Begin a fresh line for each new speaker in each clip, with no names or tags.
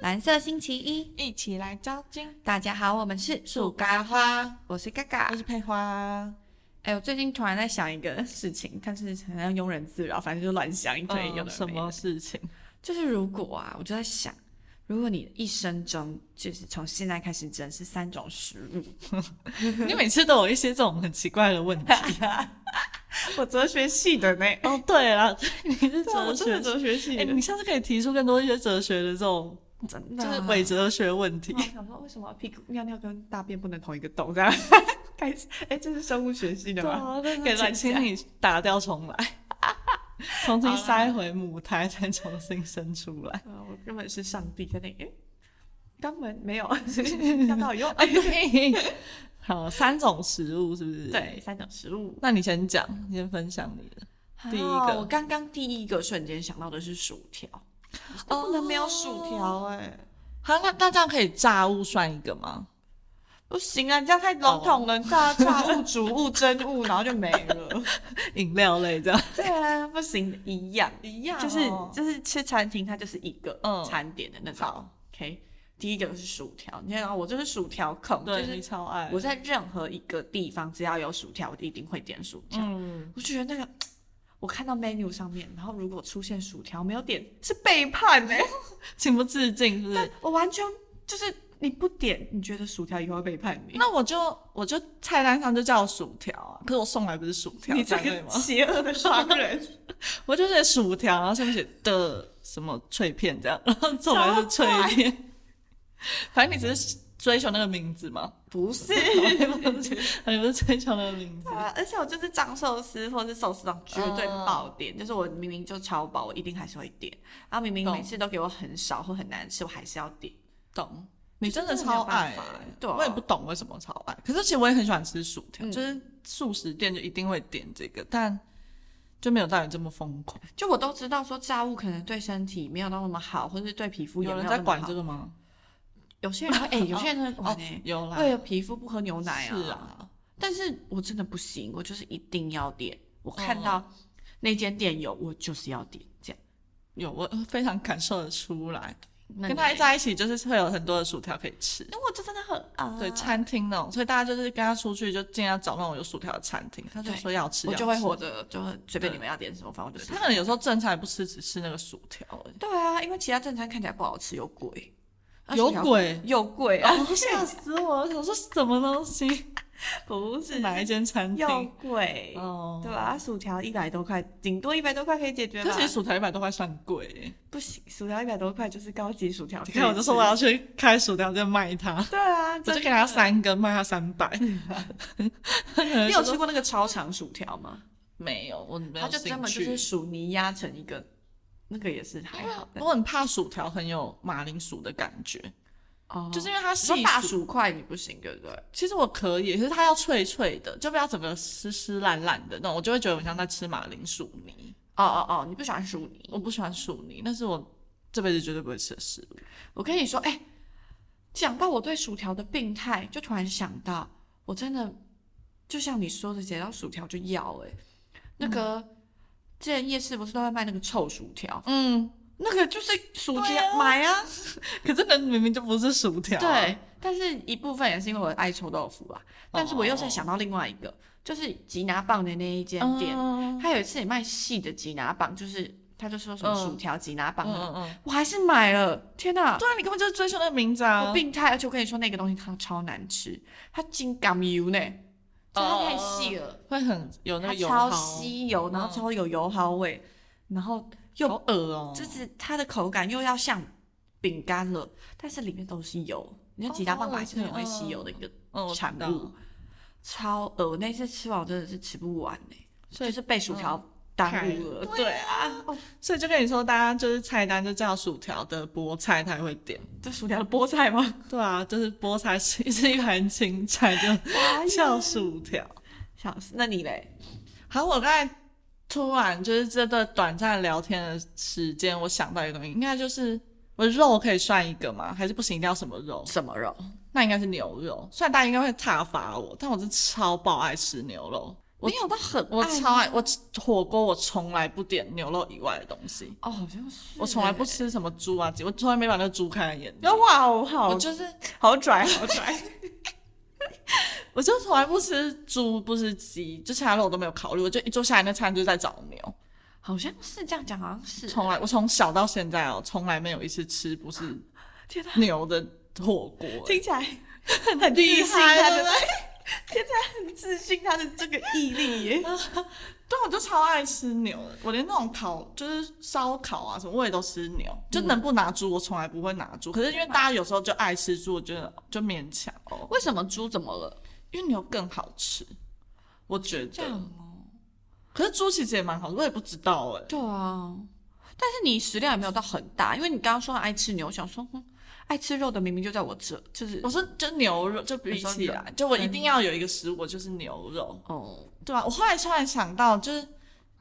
蓝色星期一，
一起来招金。
大家好，我们是树咖花，我是嘎嘎
我。是佩花，
哎，我最近突然在想一个事情，但是好像庸人自扰，反正就乱想一堆有的没的
什么事情？
就是如果啊，我就在想，如果你一生中就是从现在开始只能吃三种食物，
你每次都有一些这种很奇怪 的问题。
我哲学系的呢，
哦，对了，你是
对啊
哲
我真的
学，
哲学系
哎、你下次可以提出更多一些哲学的这种，
真的
就
啊
是伪哲学问题
我。想说，为什么屁股尿尿跟大便不能同一个洞？这样，开始，哎、这是生物学系的
对
吗？
啊，但是
可以乱
请
讲
请你打掉重来， 重新
好啦
塞回母胎，再重新生出 来。
啊，我根本是上帝在那里，诶 肛门没 有，尿 道有。
好，三种食物是不是？
对，，三种食物。
那你先讲，你先分享你的。第一
啊
个
我刚刚第一个瞬间想到的是薯条，
哦
不能没有薯条哎、
好，那那这样可以炸物算一个吗？
不行啊，你这样太笼统了，炸炸物、煮物、蒸物，然后就没了。
饮料类这样？
对啊， 不行，一样，哦
一样
就是就是吃餐厅，它就是一个
嗯
餐点的那种。
好
OK，第一个就是薯条，你看啊，我就是薯条控，就
对你
是
超爱
我。在任何一个地方只要有薯条，我就一定会点薯条。
嗯，
我就觉得那个，我看到 menu 上面，然后如果出现薯条没有点，是背叛哎、
情不自禁是不是？
我完全就是你不点，你觉得薯条以后会背叛你？
那我就我就菜单上就叫薯条啊，可是我送来不是薯条，
你这
样可以
个
吗？
邪恶的商人，
我就写薯条，然后上面写的什么脆片这样，然后送来是脆片。反正你只是追求那个名字嘛，
不 是
你不是追求那个名字。
啊！而且我就是藏寿司或者是寿司郎绝对爆点，就是我明明就超饱，我一定还是会点。然后明明
懂
每次都给我很少或很难吃，我还是要点。
懂，你
就
真
是
的
真的没有
超
办
爱
法
欸
欸，对啊
我也不懂为什么超爱。可是其实我也很喜欢吃薯条，
嗯
就是素食店就一定会点这个，但就没有到你这么疯狂。
就我都知道说炸物可能对身体没有到那么好，或是对皮肤也
有
没有
人
那
在
么
管
好
这。个哦吗？
有些 人会，哎、有些人会管哎、
有啦，
为了皮肤不喝牛奶啊。
啊是啊，
但是我真的不行，我就是一定要点。我看
哦
到那间店有，我就是要点。这样，
有我非常感受得出来，
那
跟
你
他
嘞
在一起就是会有很多的薯条可以吃。
因为我就真的很啊，
对餐厅那种，所以大家就是跟他出去就尽量找那种有薯条的餐厅，他就
对
说要吃，
我就
要
会
吃
活。着，就很随便
对
你们要点什么，反正我就
他
是。
可能有时候正餐也不吃，只吃那个薯条而已。
对啊，因为其他正餐看起来不好吃，又贵，啊
有
薯条
鬼！
又贵啊，
哦， 吓死我了！我说什么东西？
不是
哦是哪一间餐厅？
又贵，
哦，
对吧？啊薯条一百多块，顶多一百多块可以解决吧
可？是薯条一百多块算贵耶，
不行，薯条一百多块就是高级薯条。
你看我就说我要去开薯条店卖它，
对啊，
我就
真
给他
的。嗯
三根，卖他三百。
你有吃过那个超长薯条吗？
没有，我没
它
有
就
兴
专门就
趣。
是薯泥压成一个，那个也是还好，
我很怕薯条很有马铃薯的感觉，
哦
就是因为它
你说
细
大
薯。
薯块你不行，对不对？
其实我可以，可是它要脆脆的，就不要整个湿湿烂烂的那种，我就会觉得我像在吃马铃薯泥。
哦哦哦，你不喜欢薯泥？
我不喜欢薯泥，那是我这辈子绝对不会吃的食物。
我跟你说，哎、讲到我对薯条的病态，就突然想到，我真的就像你说的，捡到薯条就要、哎，
嗯
那个、之前夜市不是都会卖那个臭薯条，
嗯，
那个就是薯条、
对啊
买啊，
可这个明明就不是薯条、啊。哦
对，但是一部分也是因为我爱臭豆腐啊，但是我又在想到另外一个，就是吉拿棒的那一间
嗯，
店，
嗯
他有一次也卖细的吉拿棒，就是他就说什么薯条吉拿棒那种，
嗯嗯。
我还是买了，天哪！
对啊，你根本就是追求那个名字
我
啊。
病态，而且我跟你说那个东西它超难吃，它金港油呢，就它太细了，
会很有
哦
那
它
个油
超
耗
吸油，然后
嗯
超有油耗味，然后又
好恶哦、
就是它的口感又要像饼干了，但是里面都是油，你知道吉拿棒本来就是很会吸油的一个
嗯，我知
产
道
物，超恶。那次吃完我真的是吃不完呢、
所
就是被薯条耽误了。嗯对啊，哦
所以就跟你说，大家就是菜单就叫薯条的菠菜，他也会点。
这薯条的菠菜吗？
对啊，就是菠菜是 是一盘青菜，就叫薯条。
小事，那你嘞？
好，我刚才突然就是这段短暂聊天的时间，我想到一个东西，应该就是我的肉可以算一个吗？还是不行？一定要什么肉？
什么肉？
那应该是牛肉。虽然大家应该会挞伐我，但我是超爆爱吃牛肉。哎我
没有到很爱
我超爱我吃火锅，我从来不点牛肉以外的东西，
哦，好像是
我从来不
欸。
吃什么猪啊鸡，我从来没把那个猪看在眼里。
哇，我好
我就是，
好拽，好拽。
我就从来不吃猪，不吃鸡，就其他肉我都没有考虑。我就一坐下来，那餐就是在找牛。
好像是这样讲，好像是。
从来，我从小到现在哦，从来没有一次吃不是
天 哪，
牛的火 锅。
听起来很自
厉
信
害
他
对
的
不，
听起来很自信他的这个毅力耶。
对，我就超爱吃牛的，我连那种烤就是烧烤啊什么，我也都吃牛。
嗯
就能不拿猪，我从来不会拿猪。可是因为大家有时候就爱吃猪，我觉得就勉强哦，
为什么猪怎么了？
因为牛更好吃，我觉
这样
得。
哦。
可是猪其实也蛮好吃，我也不知道哎、
对啊，但是你食量也没有到很大，因为你刚刚说爱吃牛，我想说、嗯、爱吃肉的明明就在我这，就是
我说就牛肉，就比
你说
起
牛
来，就我一定要有一个食物，我就是牛肉。
哦，
对啊，我后来突然想到，就是，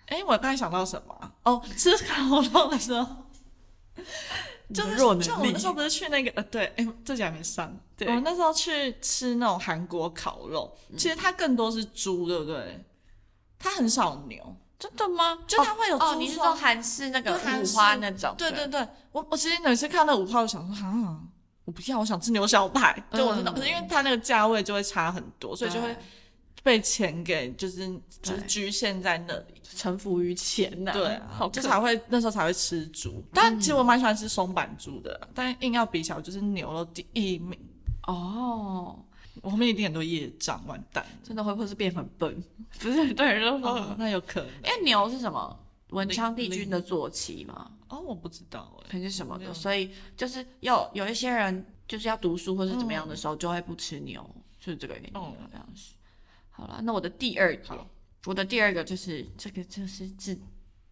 哎，我刚才想到什么啊、哦，吃烤肉的时候，就是
弱能
像我们
力
那时候不是去那个呃，对，哎，这集还没上。
对
我们那时候去吃那种韩国烤肉，其实它更多是猪，对不对？它很少牛，
真的吗？
就它会有猪
哦，你是
霜
说韩式那个
对韩
五
式
花那种？
对对对，我我其实每次看到五花，我想说啊，我不要，我想吃牛小排。就我真的，
嗯
可是因为它那个价位就会差很多，所以就会
对
被钱给就是就是
对
局限在那里。
臣服于钱呐、
对啊
好，
就
可
才会那时候才会吃猪。但其实我蛮喜欢吃松板猪的，但硬要比起来，我就是牛肉第一名。
哦，
我后面一定很多业障，完蛋
真的会不会是变很笨？ 嗯不是很多人都
了。
说，
哦，那有可能
因为牛是什么文
零
昌帝君的坐骑嘛，
哦，我不知道哎、
还是什么
没
的，
有
所以就是有有一些人就是要读书或者怎么样的时候，就会不吃牛，就是这个原因，
哦
好像是。好了，那我的第二个
好，
我的第二个就是这个，就是自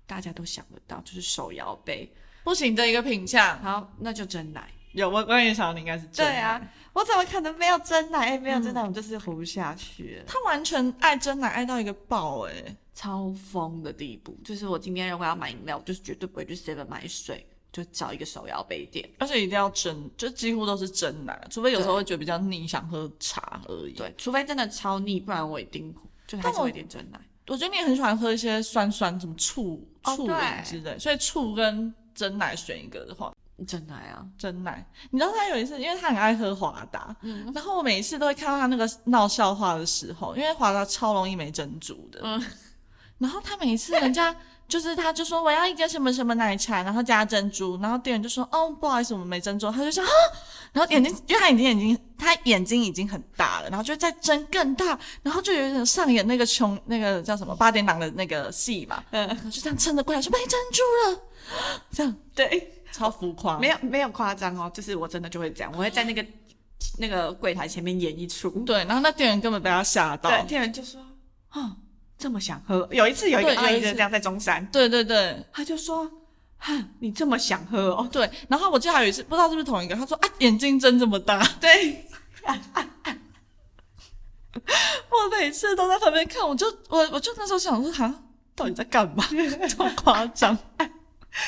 大家都想得到，就是手摇杯。
不行的一个品相。
好，那就真奶。
有我我也想你应该是真
对
的，
啊，我怎么可能没有真奶？哎没有真奶，我就是活不下去了，
他完全爱真奶爱到一个爆哎、
超疯的地步。就是我今天如果要买饮料，我就是绝对不会去 Seven 买水，就找一个手摇杯店。
而且一定要真，就几乎都是真奶，除非有时候会觉得比较腻，想喝茶而已。，
对，除非真的超腻，不然我一定就是还
但
是会
我
点真奶。
我觉得你也很喜欢喝一些酸酸什么醋
哦
醋
对
饮之类，所以醋跟真奶选一个的话，
真奶啊，
真奶。你知道他有一次，因为他很爱喝华达，然后我每一次都会看到他那个闹笑话的时候，因为华达超容易没珍珠的，
嗯
然后他每一次人家就是他就说我要一个什么什么奶茶，然后加珍珠，然后店员就说哦不好意思我们没珍珠，他就说啊，然后眼睛因为他眼睛已经他眼睛已经很大了，然后就再睁更大，然后就有点上演那个穷那个叫什么八点档的那个戏嘛，
嗯
然后就这样撑着过来说没珍珠了，这样
对，
超浮夸，
没有没有夸张哦，就是我真的就会这样，我会在那 个那个柜台前面演一出，
对，然后那店员根本被他吓到，
对，店员就说，
啊，这么想喝，
喝。有一次有一
对
个阿
有
姨
一
就
次
这样在中山，
对对对
他就说
哼，你这么想喝哦？
对，然后我记得还有一次，不知道是不是同一个，他说啊眼睛睁这么大，
对，
我每次都在旁边看，我就我我就那时候想说哈，到底在干嘛？这么夸张？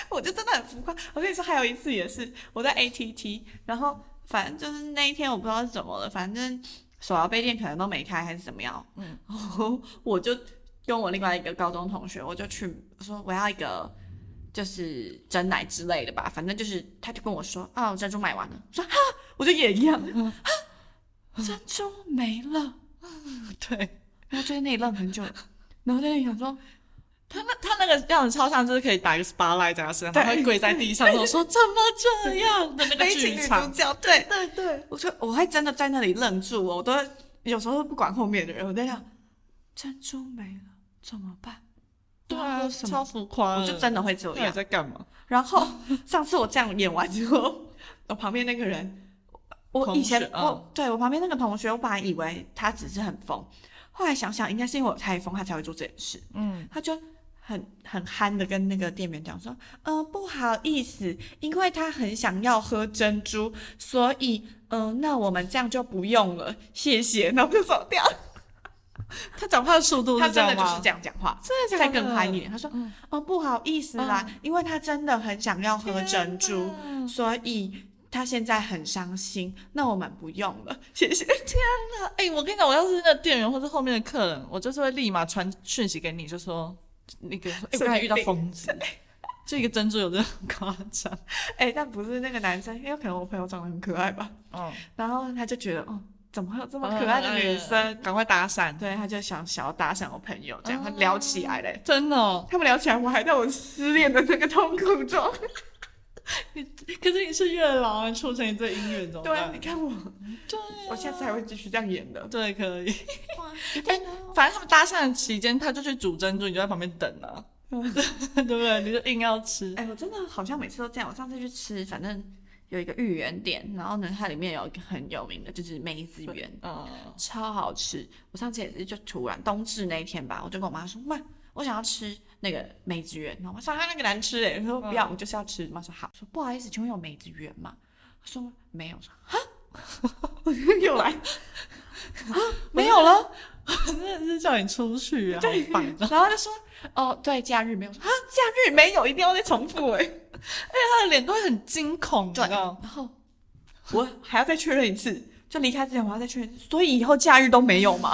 我就真的很浮夸。我跟你说，还有一次也是我在 ATT，然后反正就是那一天我不知道是怎么了，反正手摇杯店可能都没开还是怎么样，
嗯
嗯，我就跟我另外一个高中同学，我就去我说我要一个。就是真奶之类的吧，反正就是，他就跟我说啊，我珍珠买完了，我说哈，我就也一样，啊珍珠没了，
对
然后就在那里愣很久，然后在那里想说，
他那他那个样子超像，就是可以打一个 spotlight 在他身上，他会跪在地上，然后 说怎么这样的那个
悲情
剧
女主
场。
角，对，
对对，
我就我会真的在那里愣住哦，我都会有时候不管后面的人，我在想珍珠没了怎么办？
对
我
啊，
要什么
超浮夸的，
我就真的会这
到底
样。
在干嘛？
然后上次我这样演完之后，我旁边那个人，我
同
以前
学
我对我旁边那个同学，我本来以为他只是很疯，后来想想应该是因为我太疯，他才会做这件事。
嗯，
他就很很憨的跟那个店员讲说，
呃
嗯、不好意思，因为他很想要喝珍珠，所以嗯、呃那我们这样就不用了，谢谢，然后就走掉。
他讲话的速 度
他
是这
真
样
的就是
吗？
这样讲话，
真
再更憨一点，他说，
嗯
嗯、
呃
不好意思啦，因为他真的很想要喝珍珠，所以
他现在很伤心，那我们不用了，谢谢。
哎、我跟你讲，我要是那店员或者后面的客人，我就是会立马传讯息给你，就说那个，哎、我刚才遇到疯子，就一个珍珠有这么夸 张，
哎、但不是那个男生，因为可能我朋友长得很可爱吧，
嗯，
然后他就觉得，哦，怎么会有这么可
嗯
爱
哎
的女生？
赶快搭讪，
对，他就想想要搭讪我朋友，这样他聊起来嘞。
真的、哦，
他们聊起来，我还在我失恋的那个痛苦中。
可是你是月老，啊促成你这姻缘怎么
对啊，
办？
你看我，
对
我下次还会继续这样演的。
对，可以。
哎，
反正他们搭讪的期间，他就去煮珍珠，你就在旁边等啊， 对不对？你就硬要吃，
哎、我真的好像每次都这样。我上次去吃，反正有一个芋圆店，然后呢，它里面有一个很有名的，就是梅子圆，
嗯，
超好吃。我上次也是就突然冬至那一天吧，我就跟我妈说，妈，我想要吃那个梅子圆。然后我妈说，啊，那个难吃哎、欸，我说不要，我就是要吃。我妈说好，我说不好意思，请问有梅子圆吗？她说没有，我说哈， 又来，啊， 没有了。
真的是叫你出去啊，好烦啊！
然后就说，哦，对，假日没有，我说啊，假日没有，一定要再重复哎、
他的脸都会很惊恐，你知
对，
道吗
然后我还要再确认一次，就离开之前我要再确认一次，所以以后假日都没有吗？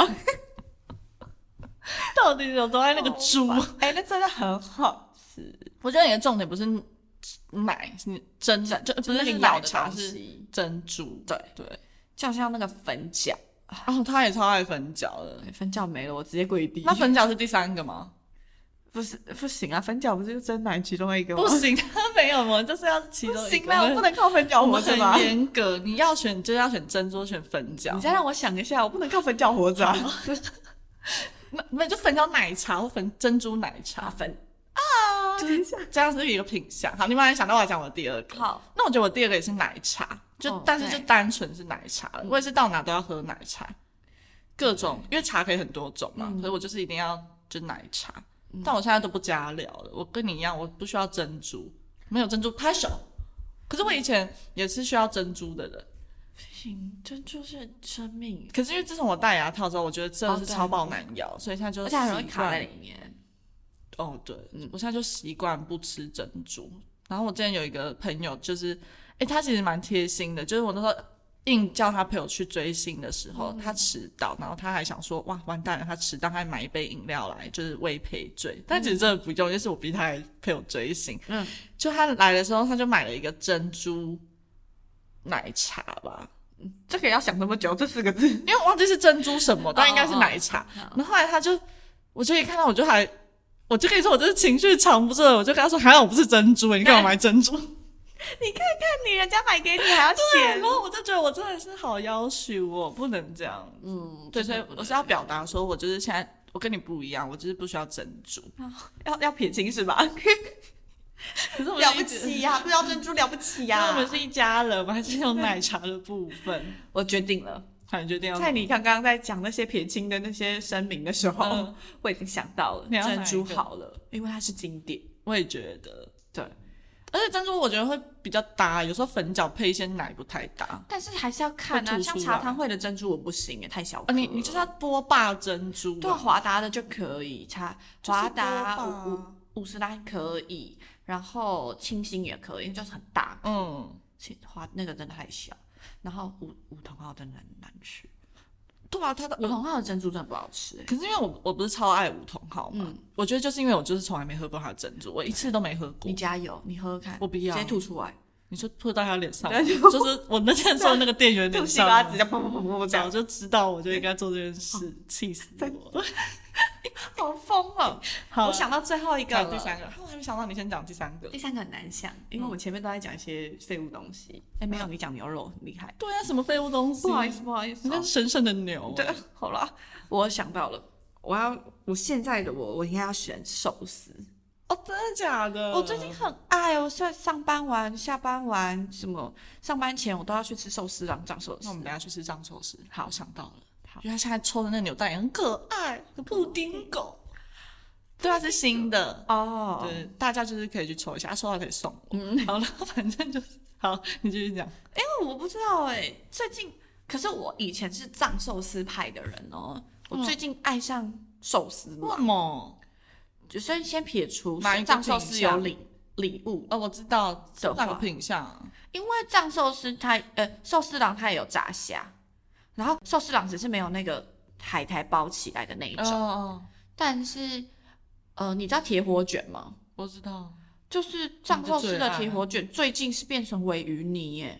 到底有多爱那个 猪？啊
哎、那真的很好吃，
我觉得你的重点不是奶，是珍珠，就不
就是是
是
咬
奶
的
茶，
东
是
西，
珍珠。
对
对。
就像那个粉饺，
然后他也超爱粉饺的。
对粉饺没了，我直接跪地。
那粉饺是第三个吗？
不是不行啊，粉饺不是就蒸奶其中一个吗？
不行，他没有，我们就是要其中
不
一
行
个。
啦，我不能靠粉饺
我
活
们
着
很
吧？
严格，你要选就要选珍珠，选粉饺
你。再让我想一下，我不能靠粉饺活 着啊！
那那就粉饺奶茶或粉珍珠奶
啊
茶，
粉
就是这样是一个品相。好，你马上想到我要讲我的第二个。
好，
那我觉得我第二个也是奶茶，就、
哦
但是就
对嗯
单纯是奶茶了。我也是到哪都要喝奶茶，各种，因为茶可以很多种嘛，
嗯
所以我就是一定要就奶茶。但我现在都不加料了，我跟你一样，我不需要珍珠，没有珍珠拍手。可是我以前也是需要珍珠的人，
行，珍珠是生命，
可是因为自从我戴牙套之后，我觉得真的
哦
是
对
超爆难咬，所以现在就
而且很容易
习
卡
惯
在里面。
哦，对，我现在就习惯不吃珍珠。然后我之前有一个朋友，就是，诶，他其实蛮贴心的，就是我那时候硬叫他陪我去追星的时候，他迟到，然后他还想说，哇，完蛋了，他迟到，他还买一杯饮料来，就是为陪追。但其实真的不用，就是我逼他来陪我追星。
嗯，
就他来的时候，他就买了一个珍珠奶茶吧，
这个要想那么久，这四 个字。
因为我忘记是珍珠什
哦
么，但应该是奶茶。
好
然后后来他就，我就一看到我就还，我就跟你说我这是情绪藏不住了，我就跟他说还好我不是珍珠，你干嘛买 珍珠？
你人家买给你还要
对，啊然
钱，
后我就觉得我真的是好要许我不能这样。
嗯，
对，所以我是要表达说我就是现在我跟你不一样，我就是不需要珍珠。
要要撇清是吧？
可是我们
了
是
不
一直，
起呀、不要珍珠了不起
因为
呀、
我们是一家人，我们还是有奶茶的部分。
我决定了，
好，你决定要
在你刚刚在讲那些撇清的那些声明的时候，
嗯
我已经想到了
你要哪一
珍
个
珠好了，因为它是经典。
我也觉得，
对，
而且珍珠我觉得会比较搭，有时候粉饺配一些奶不太搭。
但是还是要看
会
啊，
吐
像
出
茶
来
汤会的珍珠我不行也太小颗
啊，
了、
你你就是要波霸珍珠、啊，
对华达的就可以，茶
就是
华达
多吧
五五五十兰可以，然后清新也可以，因为就是很大
嗯，
其花那个真的太小，然后五五桐号真的很难吃，
对啊，它的
五桐号的珍珠真的不好吃、欸，
可是因为我我不是超爱梧桐号嘛，我觉得就是因为我就是从来没喝过它的珍珠，我一次都没喝过
你。加油，你喝喝看，
我不要
直接吐出来，
你说吐到他脸上吗，
对
就是我那天说那个店员
吐
脸
西
上
瓜
吗，
子，就砰砰砰砰砰
我
这样
早，就知道我就应该做这件事，气死我！
好疯哦！
好，
我想到最后一个
讲
了
第，三个，啊我还没想到，你先讲第三个。
第三个很难想，因为我们前面都在讲一些废物东西，哎、没有，你讲牛肉很厉害，
对啊，什么废物东西
不？好意思，不好意思
你那
哦，
是神圣的牛啊，
对，好啦，我想到了。我要，我现在的我，我应该要选寿司。
哦，真的假的？
我最近很爱，我现在上班完、下班完，什么上班前我都要去吃寿司，然后长寿司
那我。们等一下去吃藏寿司。
好
我想到了，
好
因为他现在抽的那个扭蛋也很可爱，布丁狗。对啊，是新的，
哦
对，大家就是可以去抽一下，啊抽到可以送我。嗯，好了，反正就是好，你继续讲。
因为我不知道哎、最近可是我以前是藏寿司派的人哦，我最近爱上寿司了，
什么？
就所以先撇除
哪一个
藏寿司有理，礼物，
哦，我知道，是
的
哪个
话
品相？
因为藏寿司它呃寿司郎它也有炸虾，然后寿司郎只是没有那个海苔包起来的那一
哦
种，
哦，
但是呃你知道铁火卷吗？
我知道，
就是藏寿司
你的最
的
爱
铁火卷最近是变成尾鱼泥耶，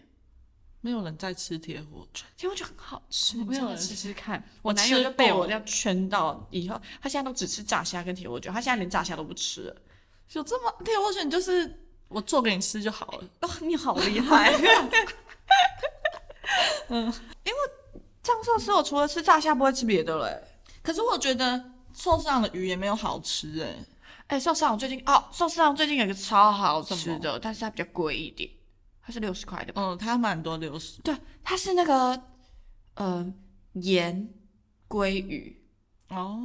没有人在吃铁火卷，
铁火卷很好吃，
嗯我
你
没有
真的
人
试试看。
我
我男友
吃
就被
过
我这样圈到，以后他现在都只吃炸虾跟铁火卷，他现在连炸虾都不吃了。
有这么铁火卷就是我做给你吃就好了。
哦，你好厉 害！嗯，因为
嗯
藏寿司我除了吃炸虾不会吃别的了耶。
可是我觉得寿司上的鱼也没有好吃哎、
哎、寿司郎最近哦，寿司郎最近有一个超好吃的，但是它比较贵一点，它是六十块的吧？
嗯，它蛮多流食
对，它是那个呃盐鲑鱼，
哦，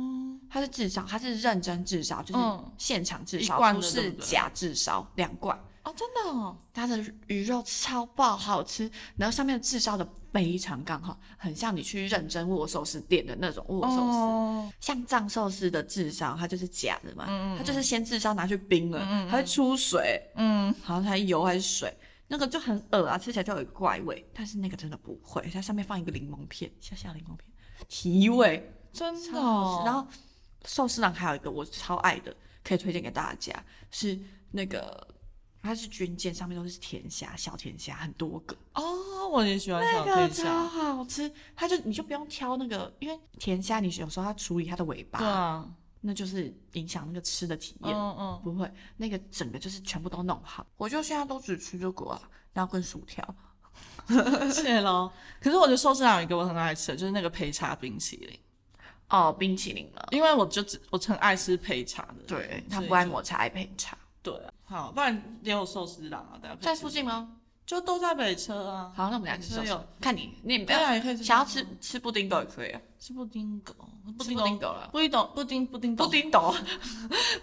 它是炙烧，它是认真炙烧，就是
嗯
现场炙
一
烧，
罐的
不
对
是
不对
假炙烧，两罐。
哦，真的哦，
它的鱼肉超爆好吃，然后上面炙烧的非常刚好，很像你去认真握寿司店的那种握寿司。
哦
像藏寿司的炙烧，它就是假的嘛，
嗯嗯嗯
它就是先炙烧拿去冰了，
嗯嗯嗯
它会出水，
嗯，
好像它油还是水，那个就很恶啊，吃起来就有一个怪味。但是那个真的不会，它上面放一个柠檬片，小小柠檬片，提味，
真的
超好
哦
吃。。然后寿司郎还有一个我超爱的，可以推荐给大家，是那个它是军舰，上面都是甜虾，小甜虾很多个，
哦，我也喜欢小
那个超
天下，
好吃。它就你就不用挑那个，因为甜虾你有时候它处理它的尾巴，
对啊，
那就是影响那个吃的体验。
嗯嗯，
不会，那个整个就是全部都弄好。我就现在都只吃这个啊，然后跟薯条。
谢喽。 可是我觉得寿司郎有一个我很爱吃的，就是那个焙茶冰淇淋，
哦，冰淇淋了。
因为我就只我很爱吃焙茶的人，
对，他
所以
不爱
就
抹茶，爱配茶。
对啊。好，不然也有寿司郎啊，大家可以
在
吃
附近吗？
就都在北车啊。
好，那我们俩去
吃
寿司
有，
看你，你不
对
要
啊，也可以吃。
想要吃吃布丁狗也可以啊，
吃布丁狗，布
吃
丁
布丁
狗，
狗了。
布丁狗，布丁布丁狗
布，丁狗，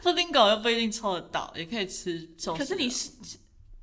布丁狗又不一定抽得到，也可以吃寿司郎。
可是你是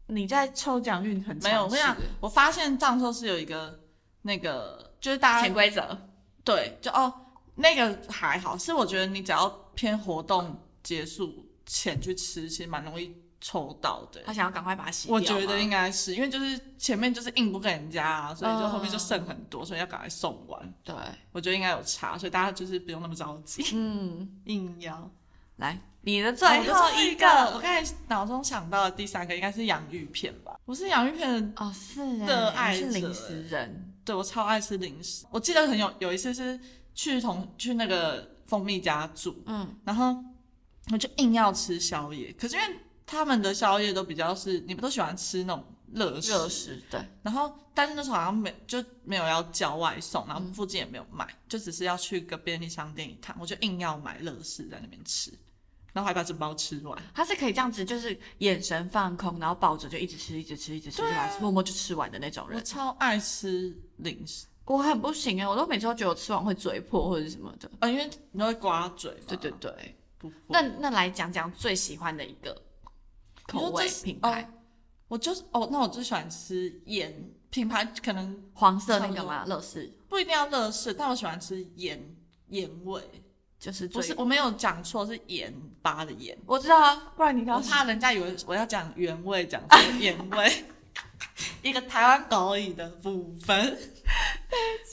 你在抽奖运很
没有，我跟
会
你讲，我发现藏寿司有一个那个，就是大家
潜规则
对，就哦，那个还好，是我觉得你只要偏活动结束前去吃，其实蛮容易抽到的。
他想要赶快把它洗掉
我
吗。
觉得应该是因为就是前面就是硬不给人家、啊，所以
嗯
就后面就剩很多，所以要赶快送完。
对，
我觉得应该有差，所以大家就是不用那么着 急，
嗯，
硬要。
来你的最
最后
后
一
一
个，我
个
刚才脑中想到的第三个应该是洋芋片吧？我是洋芋片的
哦，是欸
热爱
你是
者
零食人，
对我超爱吃零食。我记得很有有一次是去同去那个蜂蜜家住，
嗯，
然后我就硬要吃宵夜，可是因为他们的宵夜都比较是你们都喜欢吃那种热食，
热食对，
然后但是那时候好像没就没有要叫外送，然
嗯
后附近也没有卖，就只是要去个便利商店一趟，我就硬要买热食在那边吃，然后还把整包吃完。
它是可以这样子，就是眼神放空，然后抱着就一直吃，一直吃，一直吃，就把它默默就吃完的那种
我
人。啊
超爱吃零食，
我很不行哎、我都每次都觉得我吃完会嘴破或者什么的。
啊、因为你都会刮嘴嘛。
对啊对，对，
不会。
那那来讲讲最喜欢的一个口味
你说这是
品牌，
哦我就是哦，那我最喜欢吃盐品牌，可能
黄色那个吗？乐事
不一定要乐事，但我喜欢吃盐盐味，
就是
不
最
是我没有讲错，是盐巴的盐。
我知道啊，不然你
我
刚刚
怕人家以为我要讲原味，讲错盐味，一个台湾狗语的部分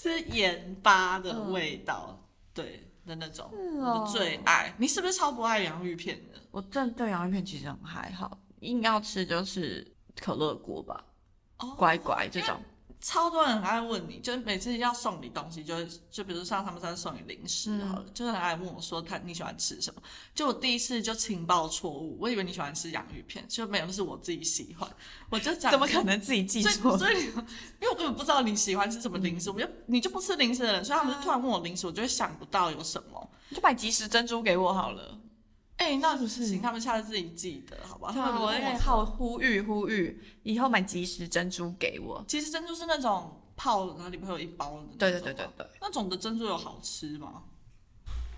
是盐巴的味道，对的那种，
哦
我的最爱。你是不是超不爱洋芋片的？
我正对洋芋片其实很还好，硬要吃就是可乐锅吧，
哦
乖乖这种。
超多人很爱问你，就是每次要送你东西，就会就比如像他们在送你零食
嗯
好了，就是很爱问我说他你喜欢吃什么。就我第一次就情报错误，我以为你喜欢吃洋芋片，就没有是我自己 喜欢，我就讲
怎么可能自己记
所以
错？
所以你因为我根本不知道你喜欢吃什么零
嗯
食，我就你就不吃零食的人，所以他们就突然问我零食，我就会想不到有什么。
你就买即食珍珠给我好了。
哎、那
是不是
请他们下次自己记得，好吧？
对
他
啊，
们
我
也
也好呼吁呼吁，以后买即食珍珠给我。
其实珍珠是那种泡，然后里面会有一包的。
对对对对，对，
那种的珍珠有好吃吗？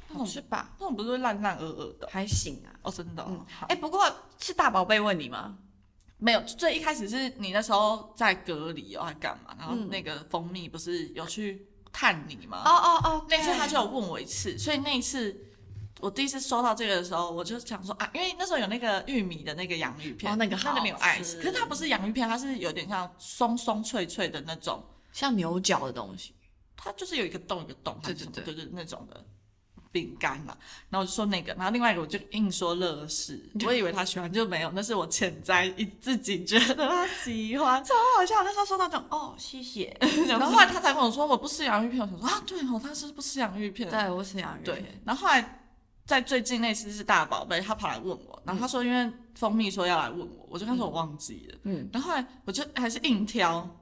那
好
种
吃吧？
那种不是会烂烂鹅鹅的？
还行啊。
哦，真的、哦。
嗯
好，
哎、不过是大宝贝问你吗？
没有，最一开始是你那时候在隔离哦，还干嘛？然后那个蜂蜜不是有去探你吗？
哦哦哦，
那次
对
他就有问我一次，所以那一次我第一次收到这个的时候，我就想说啊，因为那时候有那个玉米的那个洋芋片，
哦那个好
里面有 ice，
吃
可是它不是洋芋片，它是有点像松松脆脆的那种，
像牛角的东西，
它就是有一个洞一个洞，
对
还
对
是什么
对
就是那种的饼干嘛。然后我就说那个，然后另外一个我就硬说乐事， 我以为他喜欢，就没有，那是我潜在一自己觉得他 喜欢。
超好笑。那时候收到这种，哦，谢谢。
然后后来他才跟我说我不吃洋芋片，我想说啊对哦，他是不吃洋芋片，
对， 我吃洋芋
对
片。，
然后后来在最近那次是大宝贝，他跑来问我，
嗯
然后他说因为蜂蜜说要来问我，我就跟他说我忘记了，
嗯，
然后后来我就还是硬挑，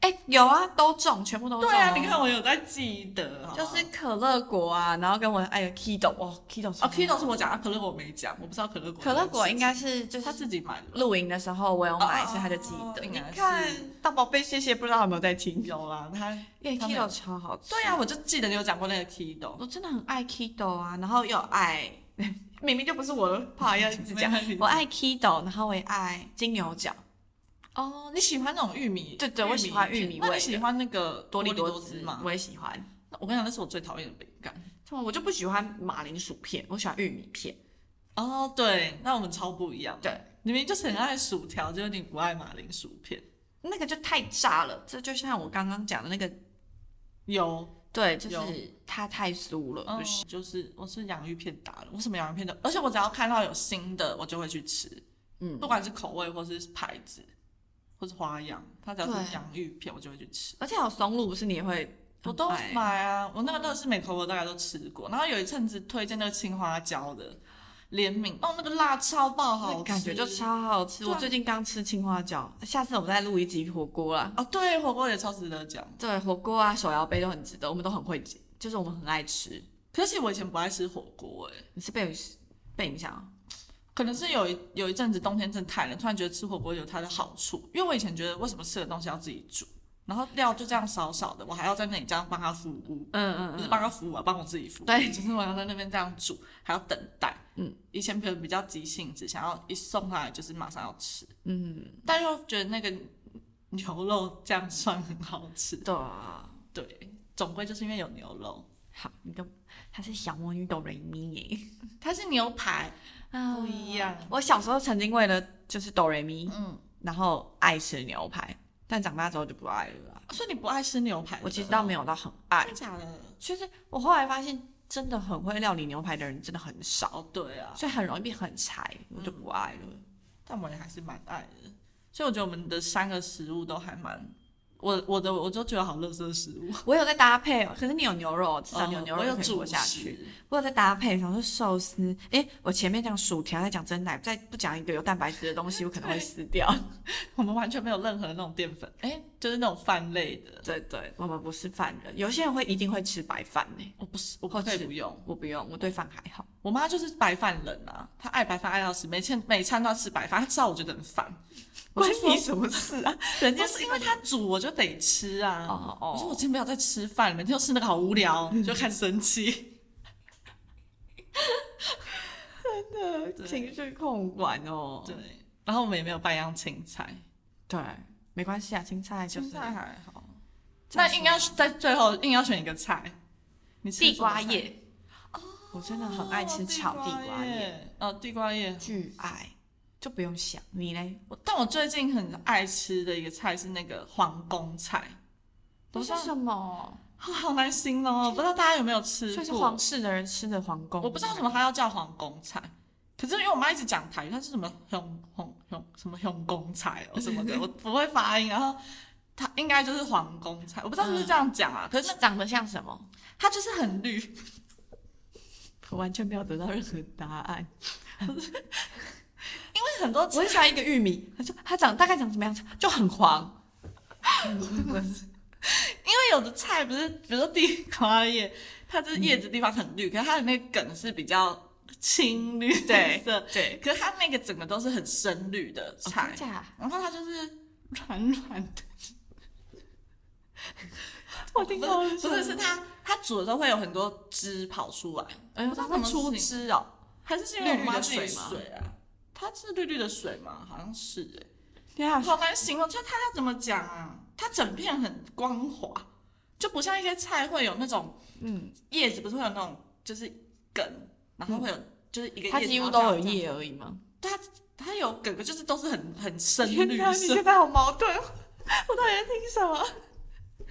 哎、有啊，都中，全部都中、
对啊，你看，我有在记得，好不
就
好
是可乐果啊，然后跟我哎呀 Kido 哦 Kido
哦，Kido 是我讲，啊可乐果我没讲，我不知道可乐果
可乐果
这件
应
事
该是就
情他
是
自己买的吧，
露营的时候我有买，
哦
所以他就记得。
应
你
该是
看大宝贝，谢谢，不知道有没有在听？
有啦，他
因为
他没
Kido
有
超好吃。
对啊，我就记得你有讲过那个 Kido，
我真的很爱 Kido 啊，然后又爱， 明明就不是我的，不好意思 讲，我爱 Kido，然后我也爱金牛角，
哦，你喜欢那种玉米？
对对
玉米
我喜欢
片
玉米
那你
味
喜
的
欢那个
多利
利
多
滋
汁
吗？
我也喜欢。
那我跟你讲，那是我最讨厌的饼干。
我就不喜欢马铃薯片，我喜欢玉米片。
哦，对，那我们超不一样。
对，
你明明就是很爱薯条，就是你不爱马铃薯片。
那个就太炸了，这就像我刚刚讲的那个，
有，
对，就
有
是它太酥了，
嗯
呃不行。、
就是我是洋芋片达人，我什么洋芋片都，而且我只要看到有新的，我就会去吃，
嗯，
不管是口味或是牌子，或是花样，它只要
对
是洋芋片，我就会去吃。
而且有松露，不是你也会
我都
很爱
买啊，我那个乐事美口我大概都吃过，然后有一阵子推荐那个青花椒的联名，哦，那个辣超爆好
那
吃，
感觉就超好吃。
对啊
我最近刚吃青花椒，下次我们再录一集火锅啦。
哦，对，火锅也超值得讲。
对，火锅啊，手摇杯都很值得，我们都很会，就是我们很爱吃。
可是我以前不爱吃火锅、欸，
你是被被影响哦？
可能是有一有一阵子冬天真的太冷，突然觉得吃火锅有它的好处。因为我以前觉得为什么吃的东西要自己煮，然后料就这样少少的，我还要在那里这样帮他服务，
嗯嗯
不是
嗯，
帮他服务啊，帮我自己服务。
对，
就是我要在那边这样煮，还要等待。
嗯，
以前可能比较急性子，想要一送上来就是马上要吃，
嗯，
但又觉得那个牛肉这样算很好吃。
对啊。
对，总归就是因为有牛肉，
好，你都它是小魔女斗雷咪耶，
它是牛排，
啊
不一样。
我小时候曾经为了就是斗雷咪，
嗯，
然后爱吃牛排，但长大之后就不爱了啦。
所以你不爱吃牛排？
我其实倒没
有，
有到很爱
真，假的？
就是我后来发现，真的很会料理牛排的人真的很少，
哦，对啊，
所以很容易变很柴，我就不爱了。
但我也还是蛮爱的，所以我觉得我们的三个食物都还蛮，我我的我就觉得好乐色食物，
我有在搭配哦，可是你有牛肉，至少哦你有牛肉
哦我有
可以
煮
活下去。，我有在搭配，想说寿司，诶，我前面讲薯条，在讲蒸奶，再不讲一个有蛋白质的东西，我可能会死 掉。
我们完全没有任何那种淀粉，哎、就是那种饭类的，
对对，我们不是饭人，有些人会一定会吃白饭呢、
我不是我不可以
好吃
不用，
我不用，我对饭还好。
我妈就是白饭人啊，她爱白饭爱到死，每天每餐都要吃白饭，她知道我觉得很烦，我
关
就
你
说
什么事 啊？人
不
家
是因为她煮我就得吃啊，
哦
我说我
哦，
今天不要再吃饭了，每天都吃那个好无 聊，就开始生气，
真的
对
情绪控管哦。
对，然后我们也没有半样青菜，
对，没关系啊，青菜就是
青菜还好。
再
那
说
硬要在最后硬要选一个菜，你吃
地
什么
瓜
菜
叶。我真的很爱吃炒地瓜叶，
哦叶。哦，地瓜叶。
巨爱，就不用想。你嘞？
我但我最近很爱吃的一个菜是那个皇宫菜，
不
不
哦是哦
是
什么，
好好难形容哦，不知道大家有没有吃
所以是
过
皇室的人吃的皇宫。
我不知道为什么它要叫皇宫菜，可是因为我妈一直讲台语，它是什么雄雄雄什么雄宫菜哦什么的，我不会发音，然后。它应该就是皇宫菜，我不知道是不是这样讲啊。可
可
是
是长得像什么？
它就是很绿，
我完全没有得到任何答 案。
因为很多
我很喜欢一个玉米，他说它长大概长什么样子，就很黄。
因为有的菜不是，比如说地瓜叶，它就是叶子地方很绿，可是它的那个梗是比较青绿
对
色，
对，
可是它那个整个都是很深绿的菜
哦真，假？
然后它就是软软的，
我听到
不是是它它煮的时候会有很多汁跑出来，
哎呦，
不知
它
道
会
怎么
出
形
汁哦。
还是是因为我
绿绿
妈
的
自己
水吗
水啊？它是绿绿的水吗？好像是哎、
对啊，
好难形容，就是它要怎么讲啊？它整片很光滑，就不像一些菜会有那种
嗯，
叶子不是会有那种就是梗，然后会有、就是一个
它
叶子
几乎
然后
都有
这样这样
叶而已嘛。
它有哥哥就是都是很很深
天
绿
哪，你
色，
现在好矛盾，哦 我到底在听什么？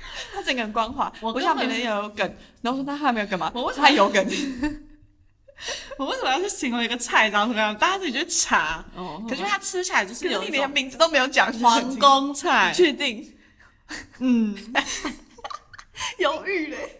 他整个很光滑，
我
我
根
想别
本
人也有梗，然后说那他没有梗吗？
我为什么
他有 梗？
我为什么要去形容一个菜长什么样？大家自己去查。
哦
可是它吃起来就是有
你
一
连
种
名字都没有讲，
皇宫菜，
确定？
嗯，
犹豫嘞，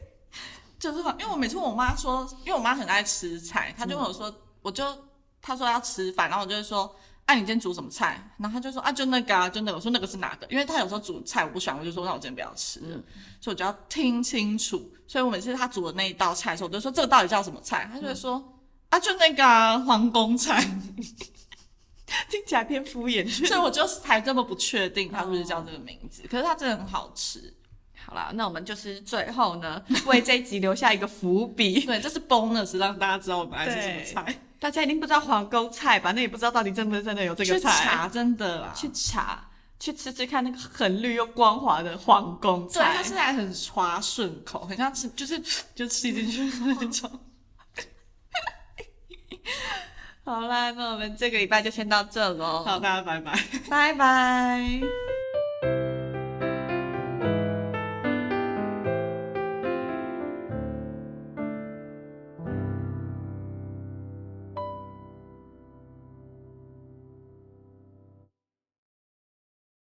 就是皇，因为我每次问我妈说，因为我妈很爱吃菜，她就问我说，我就她说要吃饭，然后我就会说，啊，你今天煮什么菜？然后她就说啊，就那个啊，就那个。我说那个是哪个？因为她有时候煮菜我不喜欢，我就说那我今天不要吃了，所以我就要听清楚。所以我每次她煮的那一道菜的时候，我就说这个到底叫什么菜？她就会说、啊，就那个啊，皇宫菜。
听起来偏敷衍。
所以我就才这么不确定它是不是叫这个名字。可是它真的很好吃，
好啦，那我们就是最后呢，为这一集留下一个伏笔。
对，这是 bonus 让大家知道我们爱吃什么
对
菜。
大家一定不知道皇宫菜吧？那也不知道到底真不真的有这个
去
菜，
查真的啦，
去查去吃吃看那个很绿又光滑的皇宫
对，它
菜。
吃起来很滑顺口，很像吃就是 就吃进去的那种。
好啦，那我们这个礼拜就先到这喽，
好，大家拜拜。
拜拜。